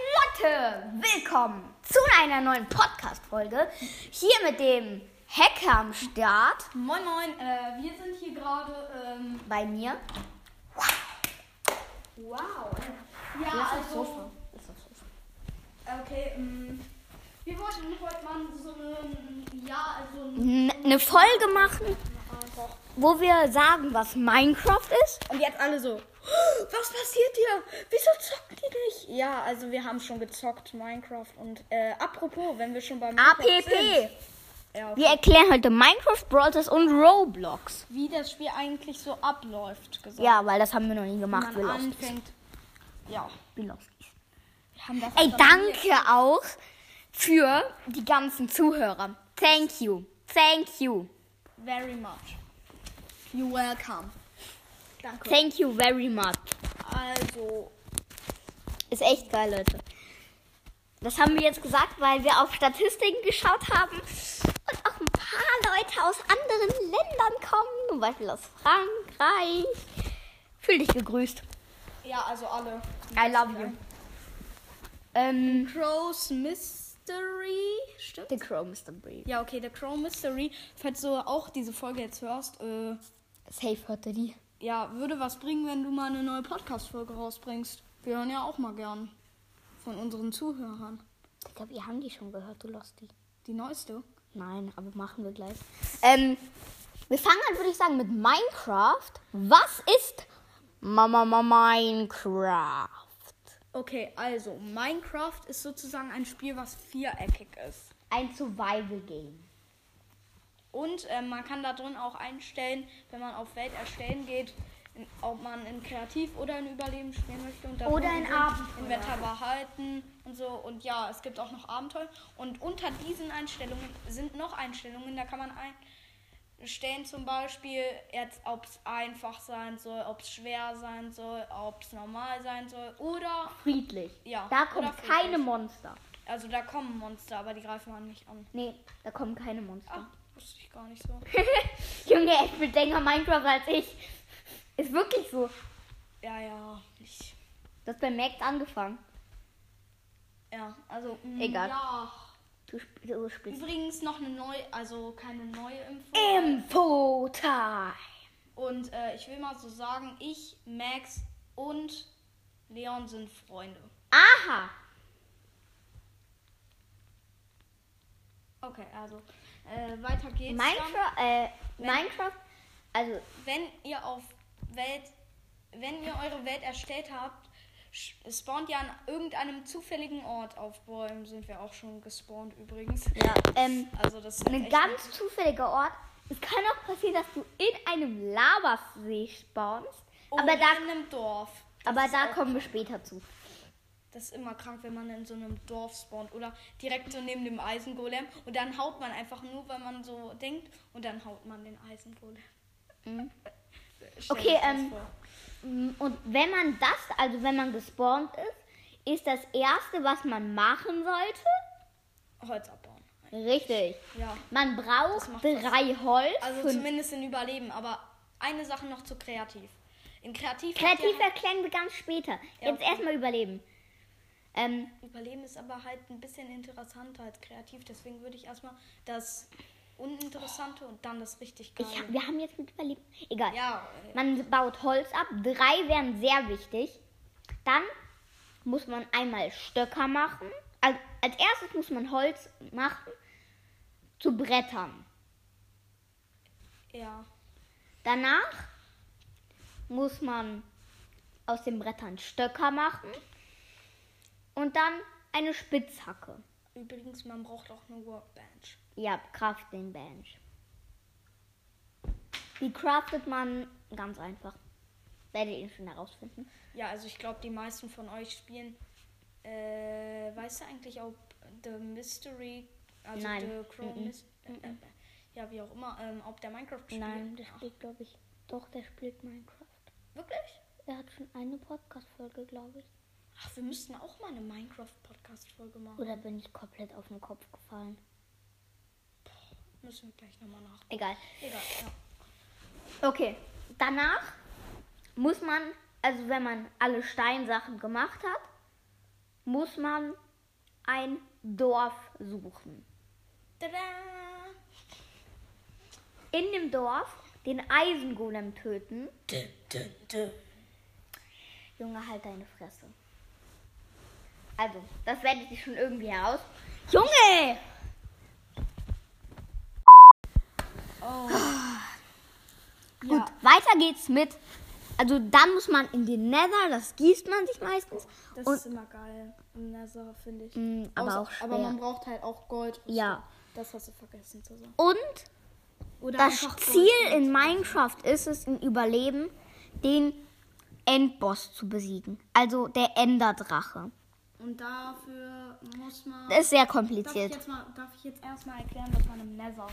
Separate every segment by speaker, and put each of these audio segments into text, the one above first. Speaker 1: Leute, willkommen zu einer neuen Podcast-Folge. Hier mit dem Hacker am Start
Speaker 2: Moin Moin, äh, wir sind hier gerade. Ähm,
Speaker 1: bei mir.
Speaker 2: wow. Ja, also. Okay, ähm, wir wollten heute mal so ein. Ja, also. Ein,
Speaker 1: N- Eine Folge machen, wo wir sagen, was Minecraft ist.
Speaker 3: Und jetzt alle so, "Oh, was passiert hier? Wieso zocken die nicht? Ja, also wir haben schon gezockt Minecraft und äh, apropos, wenn wir schon bei Minecraft
Speaker 1: APP.
Speaker 3: sind, ja,
Speaker 1: Wir erklären heute Minecraft, Brawl Stars und Roblox.
Speaker 3: wie das Spiel eigentlich so abläuft, gesagt,
Speaker 1: Ja, weil das haben wir noch nie
Speaker 3: wenn
Speaker 1: gemacht.
Speaker 3: man
Speaker 1: Wir lost.
Speaker 3: anfängt. Ja,
Speaker 1: Wir lost.
Speaker 3: wir haben das.
Speaker 1: Ey, danke auch für die ganzen Zuhörer. Thank you. Thank you.
Speaker 3: Very much. You welcome. Danke.
Speaker 1: Thank you very much.
Speaker 3: Also,
Speaker 1: Ist echt geil, Leute. Das haben wir jetzt gesagt, weil wir auf Statistiken geschaut haben und auch ein paar Leute aus anderen Ländern kommen. Zum Beispiel aus Frankreich. Fühl dich gegrüßt.
Speaker 3: ja, also alle.
Speaker 1: I love you. Ähm,
Speaker 3: Crow's Mystery, stimmt?
Speaker 1: The Crow, Mr. Bree.
Speaker 3: Ja, okay, der Crow Mystery. Falls du auch diese Folge jetzt hörst, äh,
Speaker 1: Safe hörte die.
Speaker 3: Ja, würde was bringen, wenn du mal eine neue Podcast-Folge rausbringst. Wir hören ja auch mal gern von unseren Zuhörern.
Speaker 1: Ich glaube, ihr haben die schon gehört, du lost die.
Speaker 3: Die neueste.
Speaker 1: Nein, aber machen wir gleich. Ähm, wir fangen an, würde ich sagen, mit Minecraft. Was ist Mama Mama Minecraft?
Speaker 3: Okay, also Minecraft ist sozusagen ein Spiel, was viereckig ist.
Speaker 1: Ein Survival Game.
Speaker 3: Und äh, man kann da drin auch einstellen, wenn man auf Welt erstellen geht, in, ob man in Kreativ oder in Überleben spielen möchte. Und da
Speaker 1: Oder
Speaker 3: unten
Speaker 1: in
Speaker 3: sind
Speaker 1: Abenteuer.
Speaker 3: Inventar behalten und so. Und ja, es gibt auch noch Abenteuer. Und unter diesen Einstellungen sind noch Einstellungen. Da kann man einstellen zum Beispiel, jetzt, ob es einfach sein soll, ob es schwer sein soll, ob es normal sein soll. Oder,
Speaker 1: Friedlich.
Speaker 3: Ja,
Speaker 1: Da
Speaker 3: oder
Speaker 1: kommen
Speaker 3: friedlich.
Speaker 1: keine Monster.
Speaker 3: also da kommen Monster, aber die greifen man nicht an.
Speaker 1: Nee, da kommen keine Monster.
Speaker 3: Ach, wusste ich gar nicht so.
Speaker 1: Junge, ich bin länger Minecraft als ich. Ist wirklich so.
Speaker 3: Ja, ja, ich...
Speaker 1: Das hat bei Max angefangen.
Speaker 3: Ja, also. mm,
Speaker 1: Egal.
Speaker 3: Ja.
Speaker 1: Du, sp du spielst.
Speaker 3: Übrigens noch eine neue, also keine neue Info.
Speaker 1: Info-Time.
Speaker 3: Und äh, ich will mal so sagen, ich, Max und Leon sind Freunde.
Speaker 1: Aha.
Speaker 3: Okay, also äh, weiter geht's. Dann.
Speaker 1: Minecraft, äh, Minecraft, also
Speaker 3: Wenn ihr auf Welt, wenn ihr eure Welt erstellt habt, sch- spawnt ihr an irgendeinem zufälligen Ort auf Bäumen. Sind wir auch schon gespawnt übrigens.
Speaker 1: Ja, ähm,
Speaker 3: Also das ist
Speaker 1: ein
Speaker 3: echt-
Speaker 1: ganz zufälliger Ort. Es kann auch passieren, dass du in einem Lavasee spawnst.
Speaker 3: Oder
Speaker 1: aber da,
Speaker 3: in einem Dorf.
Speaker 1: aber da kommen wir später zu.
Speaker 3: Das ist immer krank, wenn man in so einem Dorf spawnt oder direkt so neben dem Eisengolem und dann haut man einfach nur, weil man so denkt und dann haut man den Eisengolem. Stell
Speaker 1: Mhm. Okay,
Speaker 3: dir das
Speaker 1: ähm,
Speaker 3: vor.
Speaker 1: Mm, Und wenn man das, also wenn man gespawnt ist, ist das erste, was man machen sollte.
Speaker 3: Holz abbauen.
Speaker 1: Richtig.
Speaker 3: Ja.
Speaker 1: Man braucht
Speaker 3: macht was.
Speaker 1: drei Holz.
Speaker 3: Also
Speaker 1: fünf-
Speaker 3: zumindest in Überleben, aber eine Sache noch zu kreativ. In kreativ, habt
Speaker 1: Kreativ
Speaker 3: ihr halt,
Speaker 1: erklären wir ganz später.
Speaker 3: Ja,
Speaker 1: Jetzt
Speaker 3: okay.
Speaker 1: erstmal überleben. Ähm,
Speaker 3: Überleben ist aber halt ein bisschen interessanter als kreativ, deswegen würde ich erstmal das uninteressante und dann das richtig geile.
Speaker 1: ich, hab- wir haben jetzt mit überleben. Egal.
Speaker 3: ja, äh,
Speaker 1: Man baut Holz ab. Drei wären sehr wichtig. Dann muss man einmal Stöcker machen. Als, als erstes muss man Holz machen zu Brettern.
Speaker 3: äh, ja.
Speaker 1: Danach muss man aus den Brettern Stöcker machen. Und dann eine Spitzhacke.
Speaker 3: Übrigens, man braucht auch eine Workbench.
Speaker 1: Ja, Crafting Bench. Die craftet man ganz einfach. Werdet ihr schon herausfinden.
Speaker 3: Ja, also ich glaube, die meisten von euch spielen. Äh, weißt du eigentlich, ob The Mystery, also
Speaker 1: Nein.
Speaker 3: The Crow
Speaker 1: Mhm.
Speaker 3: Mys- äh, äh, ja, wie auch immer, ähm, ob der Minecraft spielt.
Speaker 1: Nein, der
Speaker 3: Ach,
Speaker 1: spielt, glaube ich. Doch, der spielt Minecraft.
Speaker 3: Wirklich?
Speaker 1: Er hat schon eine Podcast-Folge, glaube ich.
Speaker 3: Ach, wir müssten auch mal eine Minecraft-Podcast-Folge machen.
Speaker 1: Oder bin ich komplett auf den Kopf gefallen?
Speaker 3: Müssen wir gleich nochmal nach.
Speaker 1: Egal.
Speaker 3: Egal, ja.
Speaker 1: Okay. Danach muss man, also wenn man alle Steinsachen gemacht hat, muss man ein Dorf suchen.
Speaker 3: Tada!
Speaker 1: In dem Dorf den Eisengolem töten. Junge, halt deine Fresse. Also, das werdet ihr schon irgendwie heraus. Junge! Oh. Gut, weiter geht's mit. Also dann muss man in den Nether, das gießt man sich meistens.
Speaker 2: Das
Speaker 1: und
Speaker 2: ist immer geil. In der Sache, finde ich.
Speaker 1: Mm, aber
Speaker 2: Außer-
Speaker 1: auch schwer.
Speaker 2: aber man braucht halt auch Gold.
Speaker 1: Ja.
Speaker 2: Das hast du vergessen zu sagen.
Speaker 1: Und
Speaker 2: Oder
Speaker 1: das
Speaker 2: einfach
Speaker 1: Ziel
Speaker 2: Gold.
Speaker 1: in Minecraft ist es, im Überleben den Endboss zu besiegen. Also der Enderdrache.
Speaker 2: Und dafür muss man.
Speaker 1: Das ist sehr
Speaker 2: darf, ich
Speaker 1: kompliziert.
Speaker 2: jetzt mal, darf ich jetzt erstmal erklären, was man im Nether.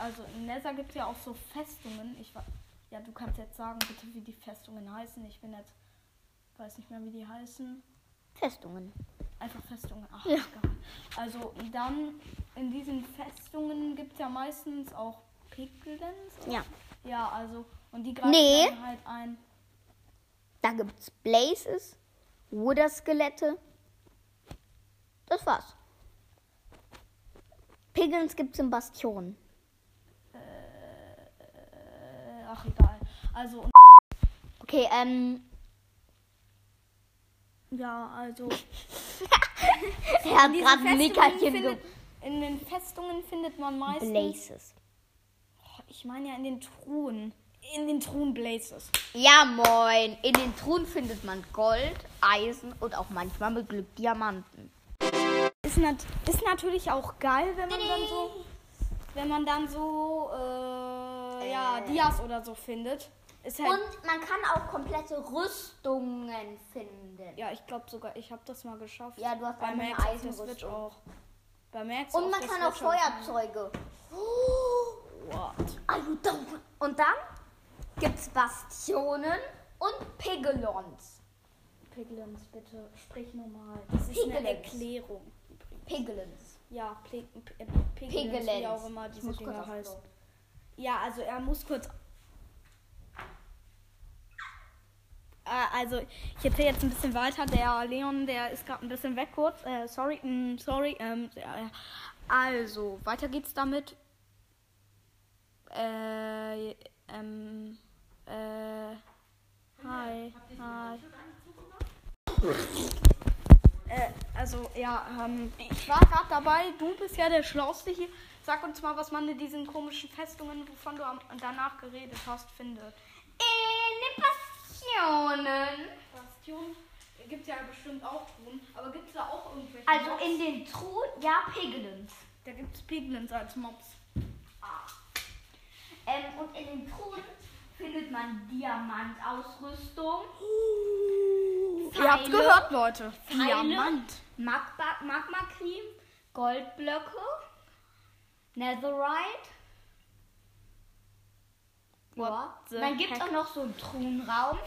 Speaker 3: Also im Nether gibt es ja auch so Festungen. Ich wa- ja, du kannst jetzt sagen, bitte, wie die Festungen heißen. Ich bin jetzt, weiß nicht mehr, wie die heißen.
Speaker 1: Festungen.
Speaker 3: Einfach Festungen. Ach,
Speaker 1: Ja.
Speaker 3: egal. Also dann in diesen Festungen gibt es ja meistens auch Piglins.
Speaker 1: Ja.
Speaker 3: Ja, also und die greifen
Speaker 1: Nee.
Speaker 3: dann halt ein.
Speaker 1: Da gibt's Blazes, Wooder-Skelette. Das war's. Piglins gibt's im Bastion.
Speaker 3: Äh, ach egal. Also und
Speaker 1: Okay, ähm,
Speaker 3: ja, also
Speaker 1: er hat
Speaker 3: in
Speaker 1: gerade
Speaker 3: diesen
Speaker 1: ein
Speaker 3: Festungen
Speaker 1: Nickerchen ge
Speaker 3: findet, in den Festungen findet man meistens.
Speaker 1: Blazes.
Speaker 3: Ich meine ja in den Truhen. In den Truhen Blazes.
Speaker 1: Ja, moin. In den Truhen findet man Gold, Eisen und auch manchmal mit Glück Diamanten.
Speaker 3: Ist, nat ist natürlich auch geil, wenn man dann so, wenn man dann so, äh, ja, Dias oder so findet. Ist halt,
Speaker 1: Und man kann auch komplette Rüstungen finden.
Speaker 3: ja, ich glaube sogar, ich habe das mal geschafft.
Speaker 1: Ja, du hast
Speaker 3: bei
Speaker 1: einmal eine
Speaker 3: Max auf der
Speaker 1: Eisenrüstung.
Speaker 3: Switch auch. Bei Max
Speaker 1: Und
Speaker 3: auf
Speaker 1: man
Speaker 3: der
Speaker 1: kann auch
Speaker 3: Switch hab ich-
Speaker 1: Feuerzeuge. Oh,
Speaker 3: What?
Speaker 1: are you dumb? Und dann gibt's Bastionen und Pigelons.
Speaker 3: Piglins, bitte sprich normal. Das ist
Speaker 1: Piglins.
Speaker 3: eine Erklärung.
Speaker 1: Piglins.
Speaker 3: Ja, Pig äh, Piglins,
Speaker 1: Piglins.
Speaker 3: wie auch immer diese
Speaker 1: muss kurz
Speaker 3: Dinger
Speaker 1: aufs
Speaker 3: heißen.
Speaker 1: Klo.
Speaker 3: Ja, also er muss kurz. Ah, Also, ich erzähle jetzt ein bisschen weiter. Der Leon, der ist gerade ein bisschen weg kurz. Äh, sorry, mm, sorry. Ähm, ja, ja. also, weiter geht's damit. Äh, ähm, äh, hi, hi. Äh, also, ja, ähm, ich war gerade dabei. Du bist ja der Schlauste hier. Sag uns mal, was man in diesen komischen Festungen, wovon du am, danach geredet hast, findet.
Speaker 1: In den Bastionen.
Speaker 3: Bastion gibt's ja bestimmt auch Truhen, aber gibt's da auch irgendwelche
Speaker 1: Also in den Truhen, ja, Piglins.
Speaker 3: Da gibt's Piglins als Mobs.
Speaker 1: Ähm, und in den Truhen findet man Diamantausrüstung.
Speaker 3: Ihr habt
Speaker 1: Pfeile.
Speaker 3: gehört, Leute.
Speaker 1: Pfeile.
Speaker 3: Diamant.
Speaker 1: Magma, Magma Cream, Goldblöcke, Netherite.
Speaker 3: What
Speaker 1: Ja.
Speaker 3: the
Speaker 1: Dann gibt es
Speaker 3: heck?
Speaker 1: auch noch so einen Truhenraum.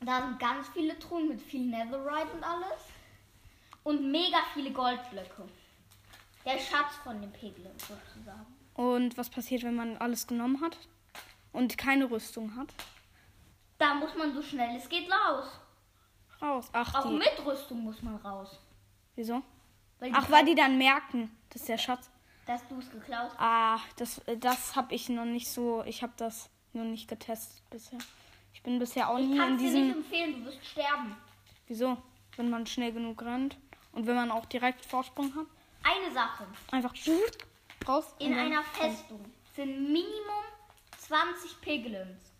Speaker 1: Da sind ganz viele Truhen mit viel Netherite und alles. Und mega viele Goldblöcke. Der Schatz von den Piglins sozusagen.
Speaker 3: Und was passiert, wenn man alles genommen hat und keine Rüstung hat?
Speaker 1: Da muss man so schnell es geht raus.
Speaker 3: Raus. Ach,
Speaker 1: Auch
Speaker 3: die.
Speaker 1: mit Rüstung muss man raus.
Speaker 3: Wieso?
Speaker 1: Weil
Speaker 3: Ach, weil die dann merken, dass der Schatz.
Speaker 1: dass du es geklaut hast.
Speaker 3: Ah, das, das habe ich noch nicht so. Ich habe das noch nicht getestet bisher. Ich bin bisher auch
Speaker 1: Ich
Speaker 3: nie
Speaker 1: kann
Speaker 3: in
Speaker 1: es dir
Speaker 3: diesem.
Speaker 1: nicht empfehlen, du wirst sterben.
Speaker 3: Wieso? Wenn man schnell genug rennt und wenn man auch direkt Vorsprung hat,
Speaker 1: Eine Sache.
Speaker 3: einfach raus. Mhm.
Speaker 1: In
Speaker 3: und dann-
Speaker 1: einer Festung sind Minimum 20 Piglins.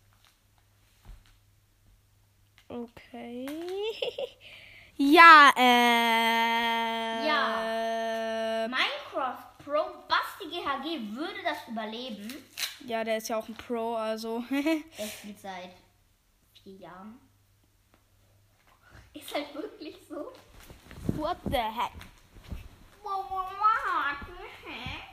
Speaker 3: Okay. ja, äh. Ja.
Speaker 1: Minecraft Pro Basti GHG würde das überleben.
Speaker 3: Ja, der ist ja auch ein Pro, also.
Speaker 1: Er spielt seit vier Jahren. Ist halt wirklich so.
Speaker 3: What the heck?
Speaker 1: Wow, wow, wow, what the heck?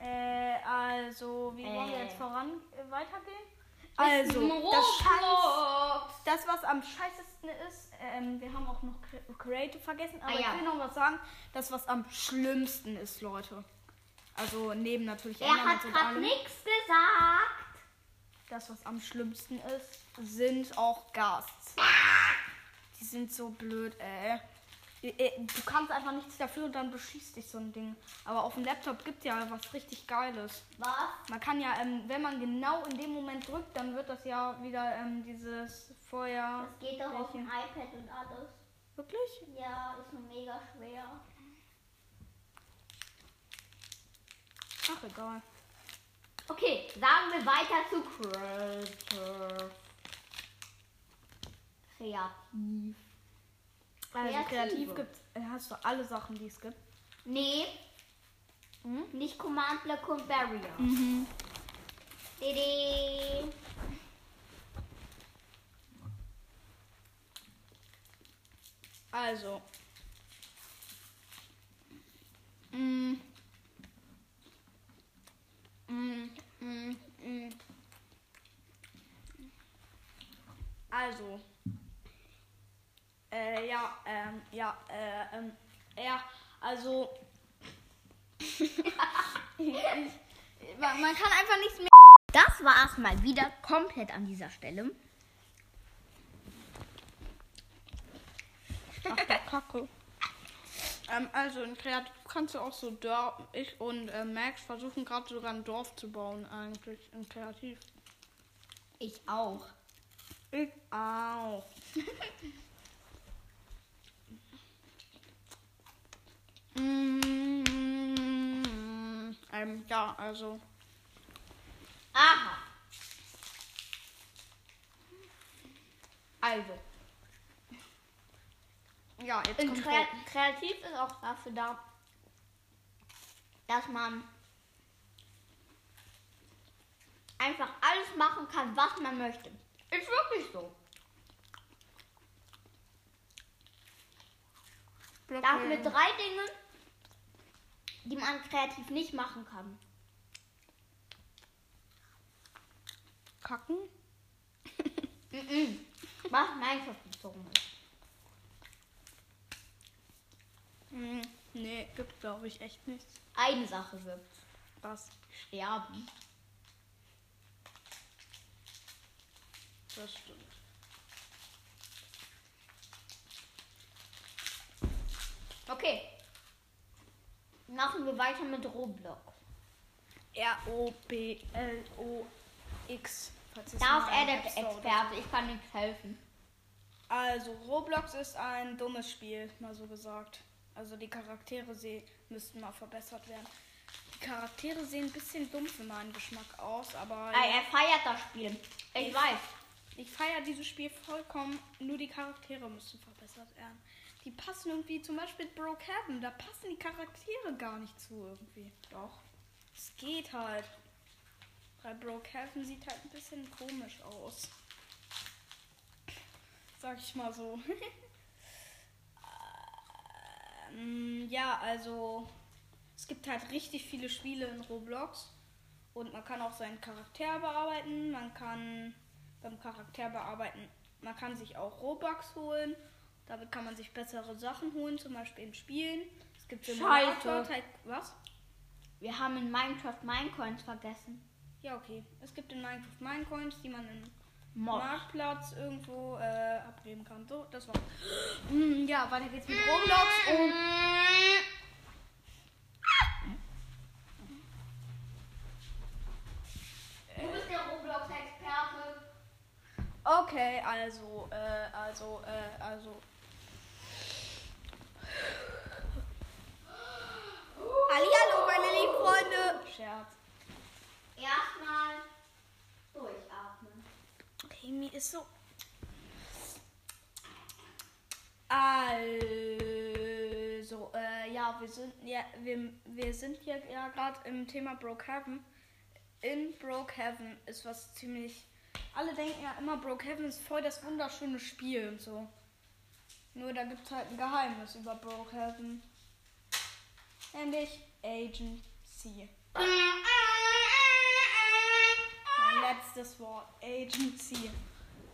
Speaker 3: Äh, also, wie wollen wir
Speaker 1: Äh.
Speaker 3: jetzt voran äh, weitergehen?
Speaker 1: Das
Speaker 3: Also,
Speaker 1: ist ein
Speaker 3: das, Scheiß,
Speaker 1: Roblox.
Speaker 3: das, was am scheißesten ist, ähm, wir haben auch noch Cre- Creative vergessen, aber
Speaker 1: Ah, ja.
Speaker 3: ich will noch was sagen. Das, was am schlimmsten ist, Leute. Also, neben natürlich
Speaker 1: Er
Speaker 3: Endermans
Speaker 1: hat
Speaker 3: und
Speaker 1: gerade
Speaker 3: allem.
Speaker 1: nichts gesagt. Ah!
Speaker 3: Das, was am schlimmsten ist, sind auch Ghasts. Die sind so blöd, ey. Äh, Du kannst einfach nichts dafür und dann beschießt dich so ein Ding. Aber auf dem Laptop gibt ja was richtig Geiles.
Speaker 1: Was?
Speaker 3: Man kann ja, ähm, wenn man genau in dem Moment drückt, dann wird das ja wieder ähm, dieses Feuer.
Speaker 1: Das geht doch auf dem
Speaker 3: Welche?
Speaker 1: iPad und alles.
Speaker 3: Wirklich?
Speaker 1: Ja, ist nur mega schwer.
Speaker 3: Ach, egal.
Speaker 1: Okay, sagen wir weiter zu Creative. Kreativ.
Speaker 3: Also
Speaker 1: Kreative.
Speaker 3: kreativ gibt's, äh, hast du alle Sachen, die es gibt.
Speaker 1: Nee.
Speaker 3: Hm?
Speaker 1: Nicht Command Block und Barrier.
Speaker 3: Mhm.
Speaker 1: Didi.
Speaker 3: Also. Mm. Mm, mm, mm. Also. Äh, ja, ähm, ja, äh, ähm, ja, also. ich, man, man kann einfach nichts mehr.
Speaker 1: Das war's mal wieder komplett an dieser Stelle.
Speaker 3: Kacke. Ähm, also in Kreativ kannst du auch so Dörf. Ich und äh, Max versuchen gerade sogar ein Dorf zu bauen, eigentlich in Kreativ.
Speaker 1: Ich auch.
Speaker 3: Ich auch. Mm, ähm, ja, also.
Speaker 1: Aha.
Speaker 3: Also. Ja, jetzt
Speaker 1: Und
Speaker 3: kommt
Speaker 1: krea
Speaker 3: Dor-
Speaker 1: kreativ ist auch dafür da, dass man einfach alles machen kann, was man möchte. Ist wirklich so. Darf
Speaker 3: Blöcke.
Speaker 1: mit drei Dingen, die man kreativ nicht machen kann.
Speaker 3: Kacken?
Speaker 1: Mhm. Was Minecraft bezogen ist.
Speaker 3: Mm, nee, gibt glaube ich echt nichts.
Speaker 1: Eine Sache wird
Speaker 3: Was?
Speaker 1: sterben.
Speaker 3: Das stimmt.
Speaker 1: Okay. Machen wir weiter mit Roblox.
Speaker 3: R-O-B-L-O-X. falls es
Speaker 1: Da
Speaker 3: mal
Speaker 1: ist
Speaker 3: ein
Speaker 1: er der
Speaker 3: App Store oder so-
Speaker 1: Experte. Ich kann nichts helfen.
Speaker 3: Also, Roblox ist ein dummes Spiel, mal so gesagt. Also, die Charaktere se- müssten mal verbessert werden. Die Charaktere sehen ein bisschen dumm für meinen Geschmack aus, aber
Speaker 1: Ah, Er feiert das Spiel. Ich
Speaker 3: Ich-
Speaker 1: weiß.
Speaker 3: ich feiere dieses Spiel vollkommen. Nur die Charaktere müssen verbessert werden. Die passen irgendwie, zum Beispiel Brokehaven, da passen die Charaktere gar nicht zu irgendwie.
Speaker 1: Doch.
Speaker 3: Es geht halt. Bei Brokehaven sieht halt ein bisschen komisch aus. Sag ich mal so. ähm, ja, also es gibt halt richtig viele Spiele in Roblox. Und man kann auch seinen Charakter bearbeiten. Man kann beim Charakter bearbeiten, man kann sich auch Robux holen. Damit kann man sich bessere Sachen holen, zum Beispiel in Spielen. Es gibt Simulator,
Speaker 1: Scheiße.
Speaker 3: Tyc- was?
Speaker 1: Wir haben in Minecraft Minecoins vergessen.
Speaker 3: Ja, okay. Es gibt in Minecraft Minecoins, die man im
Speaker 1: Mod.
Speaker 3: Marktplatz irgendwo äh, abgeben kann. So, das war's. Mm, ja, weiter geht's mit Roblox und.
Speaker 1: Du bist der Roblox-Experte.
Speaker 3: Okay, also, äh, also, äh, also. Hallihallo, meine lieben Freunde! Scherz.
Speaker 1: Erstmal durchatmen.
Speaker 3: Okay, mir ist so. Also, äh, ja, wir sind ja, wir, wir sind ja, ja gerade im Thema Brokehaven. In Brokehaven ist was ziemlich. Alle denken ja immer, Brokehaven ist voll das wunderschöne Spiel und so. Nur da gibt es halt ein Geheimnis über Brokehaven. Nämlich Agency. Mein letztes Wort. Agency.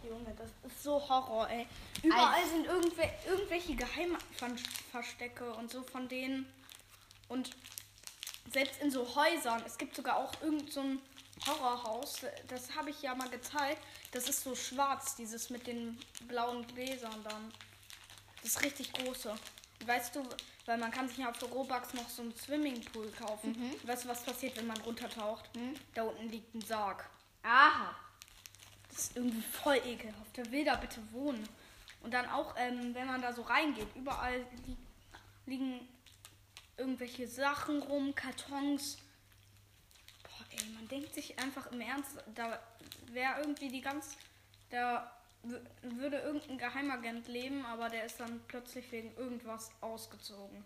Speaker 3: Junge, das ist so Horror, ey. Überall
Speaker 1: Als-
Speaker 3: sind irgendwel irgendwelche Geheimverstecke und so von denen. Und selbst in so Häusern. Es gibt sogar auch irgend so ein Horrorhaus, das habe ich ja mal gezeigt. Das ist so schwarz, dieses mit den blauen Gläsern dann. Das richtig große. Und Weißt du, weil man kann sich ja für Robux noch so einen Swimmingpool kaufen. Weißt du, was passiert, wenn man runtertaucht? Da unten liegt ein Sarg.
Speaker 4: Aha.
Speaker 3: Das ist irgendwie voll ekelhaft. Der will da bitte wohnen. Und dann auch, ähm, wenn man da so reingeht, überall li liegen irgendwelche Sachen rum, Kartons. Boah, ey, man denkt sich einfach im Ernst, da wäre irgendwie die ganz. Da w- würde irgendein Geheimagent leben, aber der ist dann plötzlich wegen irgendwas ausgezogen.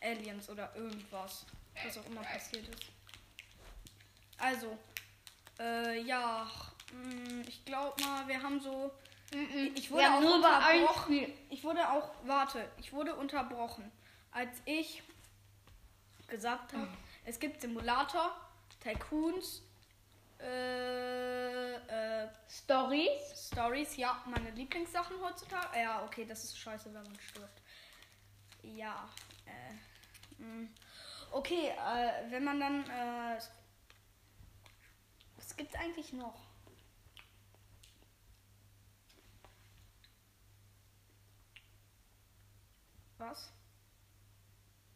Speaker 3: Aliens oder irgendwas. Was auch immer passiert ist. Also, äh, ja, mm, ich glaube mal, wir haben so. Ich wurde
Speaker 4: Wir haben
Speaker 3: auch
Speaker 4: nur über ein
Speaker 3: unterbrochen. Ich wurde auch, warte, ich wurde unterbrochen, als ich gesagt habe,
Speaker 4: Mm.
Speaker 3: es gibt Simulator, Tycoons, äh, äh,
Speaker 4: Stories.
Speaker 3: Stories, ja, meine Lieblingssachen heutzutage. Ah Ja, okay, das ist scheiße, wenn man stirbt. Ja, äh, mm. okay, äh, wenn man dann, äh, was gibt's eigentlich noch? Was?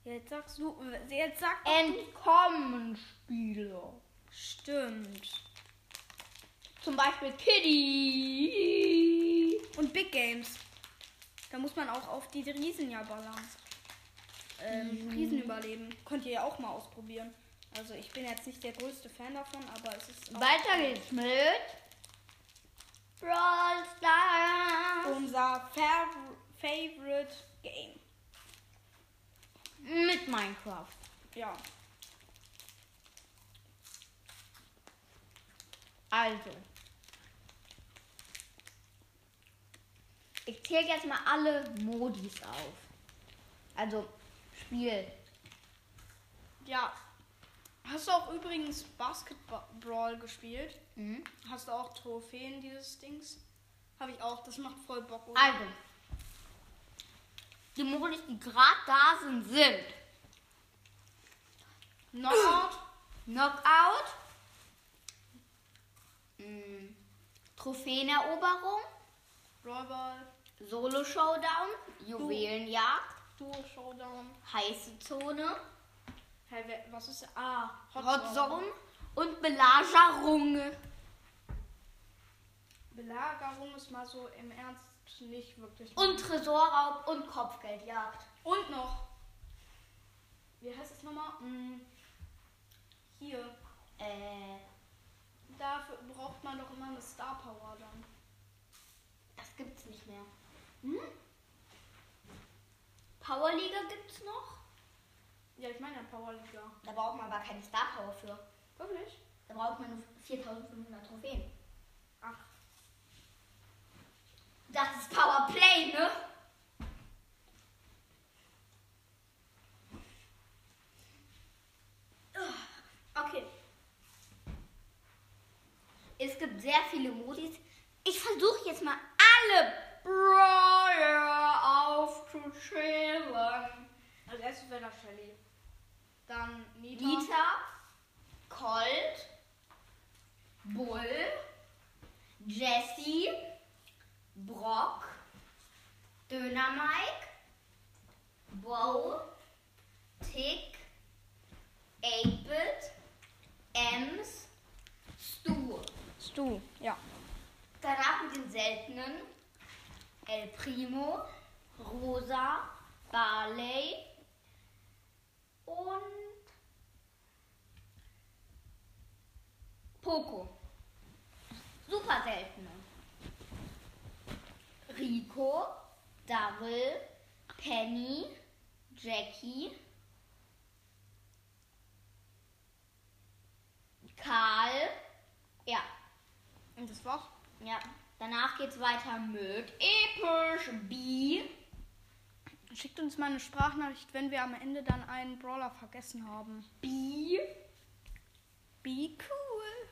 Speaker 3: Jetzt sagst du, jetzt sag doch du.
Speaker 4: Entkommen Spiele.
Speaker 3: Stimmt.
Speaker 4: Zum Beispiel Kitty.
Speaker 3: Und Big Games. Da muss man auch auf die Riesen ja ballern. Ähm, Riesen überleben. Könnt ihr ja auch mal ausprobieren. Also ich bin jetzt nicht der größte Fan davon, aber es ist auch
Speaker 4: Weiter geht's mit Brawl Stars.
Speaker 3: unser Fav Favorite Game.
Speaker 4: Mit Minecraft.
Speaker 3: Ja.
Speaker 4: Also. Ich zähle jetzt mal alle Modis auf. Also Spiel.
Speaker 3: Ja. Hast du auch übrigens Basketball gespielt?
Speaker 4: Mhm.
Speaker 3: Hast du auch Trophäen dieses Dings? Habe ich auch. Das macht voll Bock. oder?
Speaker 4: Also. Die Modis, die gerade da sind, sind
Speaker 3: Knockout.
Speaker 4: Knockout, mm, Trophäeneroberung,
Speaker 3: Rollball.
Speaker 4: Solo-Showdown, Juwelenjagd,
Speaker 3: Duo Showdown.
Speaker 4: heiße Zone,
Speaker 3: Hey, wer- was ist. Ah,
Speaker 4: Hot Zone und Belagerung.
Speaker 3: Belagerung ist mal so im Ernst nicht wirklich.
Speaker 4: Und Tresorraub und Kopfgeldjagd.
Speaker 3: Und noch. Wie heißt es nochmal? Hm, hier.
Speaker 4: Äh,
Speaker 3: Dafür braucht man doch immer eine Star Power dann.
Speaker 4: das gibt's nicht mehr. Hm? Powerliga gibt's noch?
Speaker 3: Ja, ich meine ja Power Liga.
Speaker 4: Da braucht man aber keine Star Power für.
Speaker 3: Wirklich?
Speaker 4: Da braucht man nur 4500 Trophäen.
Speaker 3: Ach.
Speaker 4: Das ist Powerplay, ne? Ugh, Ah, Okay. Es gibt sehr viele Modis. Ich versuche jetzt mal alle Brawler aufzuschreiben.
Speaker 3: Als erstes wäre da Shelly. Dann Nita.
Speaker 4: Lita, Colt, Bull, Jesse, Brock, Döner Mike, Bo, Tick, 8-Bit, Ems, Stu.
Speaker 3: Stu, ja.
Speaker 4: Danach mit den seltenen El Primo, Rosa, Barley und Poco. Super seltene. Rico, Double, Penny, Jackie, Karl, ja,
Speaker 3: Und das war's.
Speaker 4: ja, danach geht's weiter mit Episch B.
Speaker 3: Schickt uns mal eine Sprachnachricht, wenn wir am Ende dann einen Brawler vergessen haben.
Speaker 4: B.
Speaker 3: Be cool.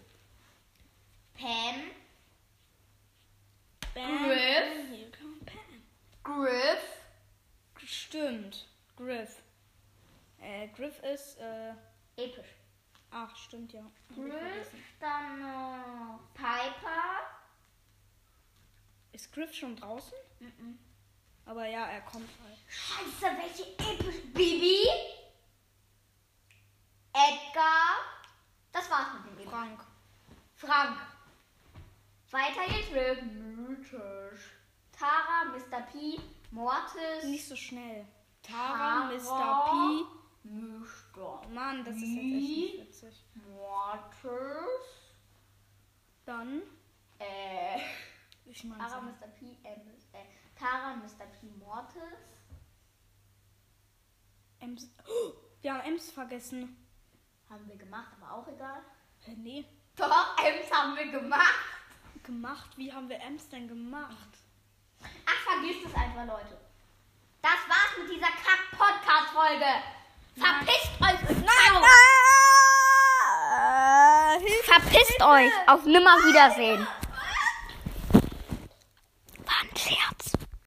Speaker 4: Pam.
Speaker 3: Bam.
Speaker 4: Griff.
Speaker 3: Hier kommt Pam.
Speaker 4: Griff.
Speaker 3: Stimmt. Griff. Äh, Griff ist, äh,
Speaker 4: Episch.
Speaker 3: Ach, stimmt ja.
Speaker 4: Griff, dann noch Piper.
Speaker 3: Ist Griff schon draußen? Mhm. Aber ja, er kommt halt.
Speaker 4: Scheiße, welche epische. Bibi. Edgar. Das war's mit dem Leben.
Speaker 3: Frank.
Speaker 4: Frank. Weiter geht's mit Mythisch. Tara, Mr. P, Mortis.
Speaker 3: Nicht so schnell. Tara, Mr.
Speaker 4: Mr.
Speaker 3: P. Mann, das ist jetzt echt nicht witzig.
Speaker 4: Mortis.
Speaker 3: Dann.
Speaker 4: Äh.
Speaker 3: Ich meine.
Speaker 4: Tara, Mr. P, äh, äh, Tara, Mr. P, Mortis.
Speaker 3: Ems. Oh, wir haben Ems vergessen.
Speaker 4: Haben wir gemacht, aber auch egal.
Speaker 3: Hä, nee.
Speaker 4: Doch, Ems haben wir gemacht.
Speaker 3: Gemacht? Wie haben wir Ems denn gemacht?
Speaker 4: Ach, vergisst es einfach, Leute. Das war's mit dieser Kack-Podcast-Folge. Verpisst euch und ciao. Verpisst euch. Auf Nimmerwiedersehen.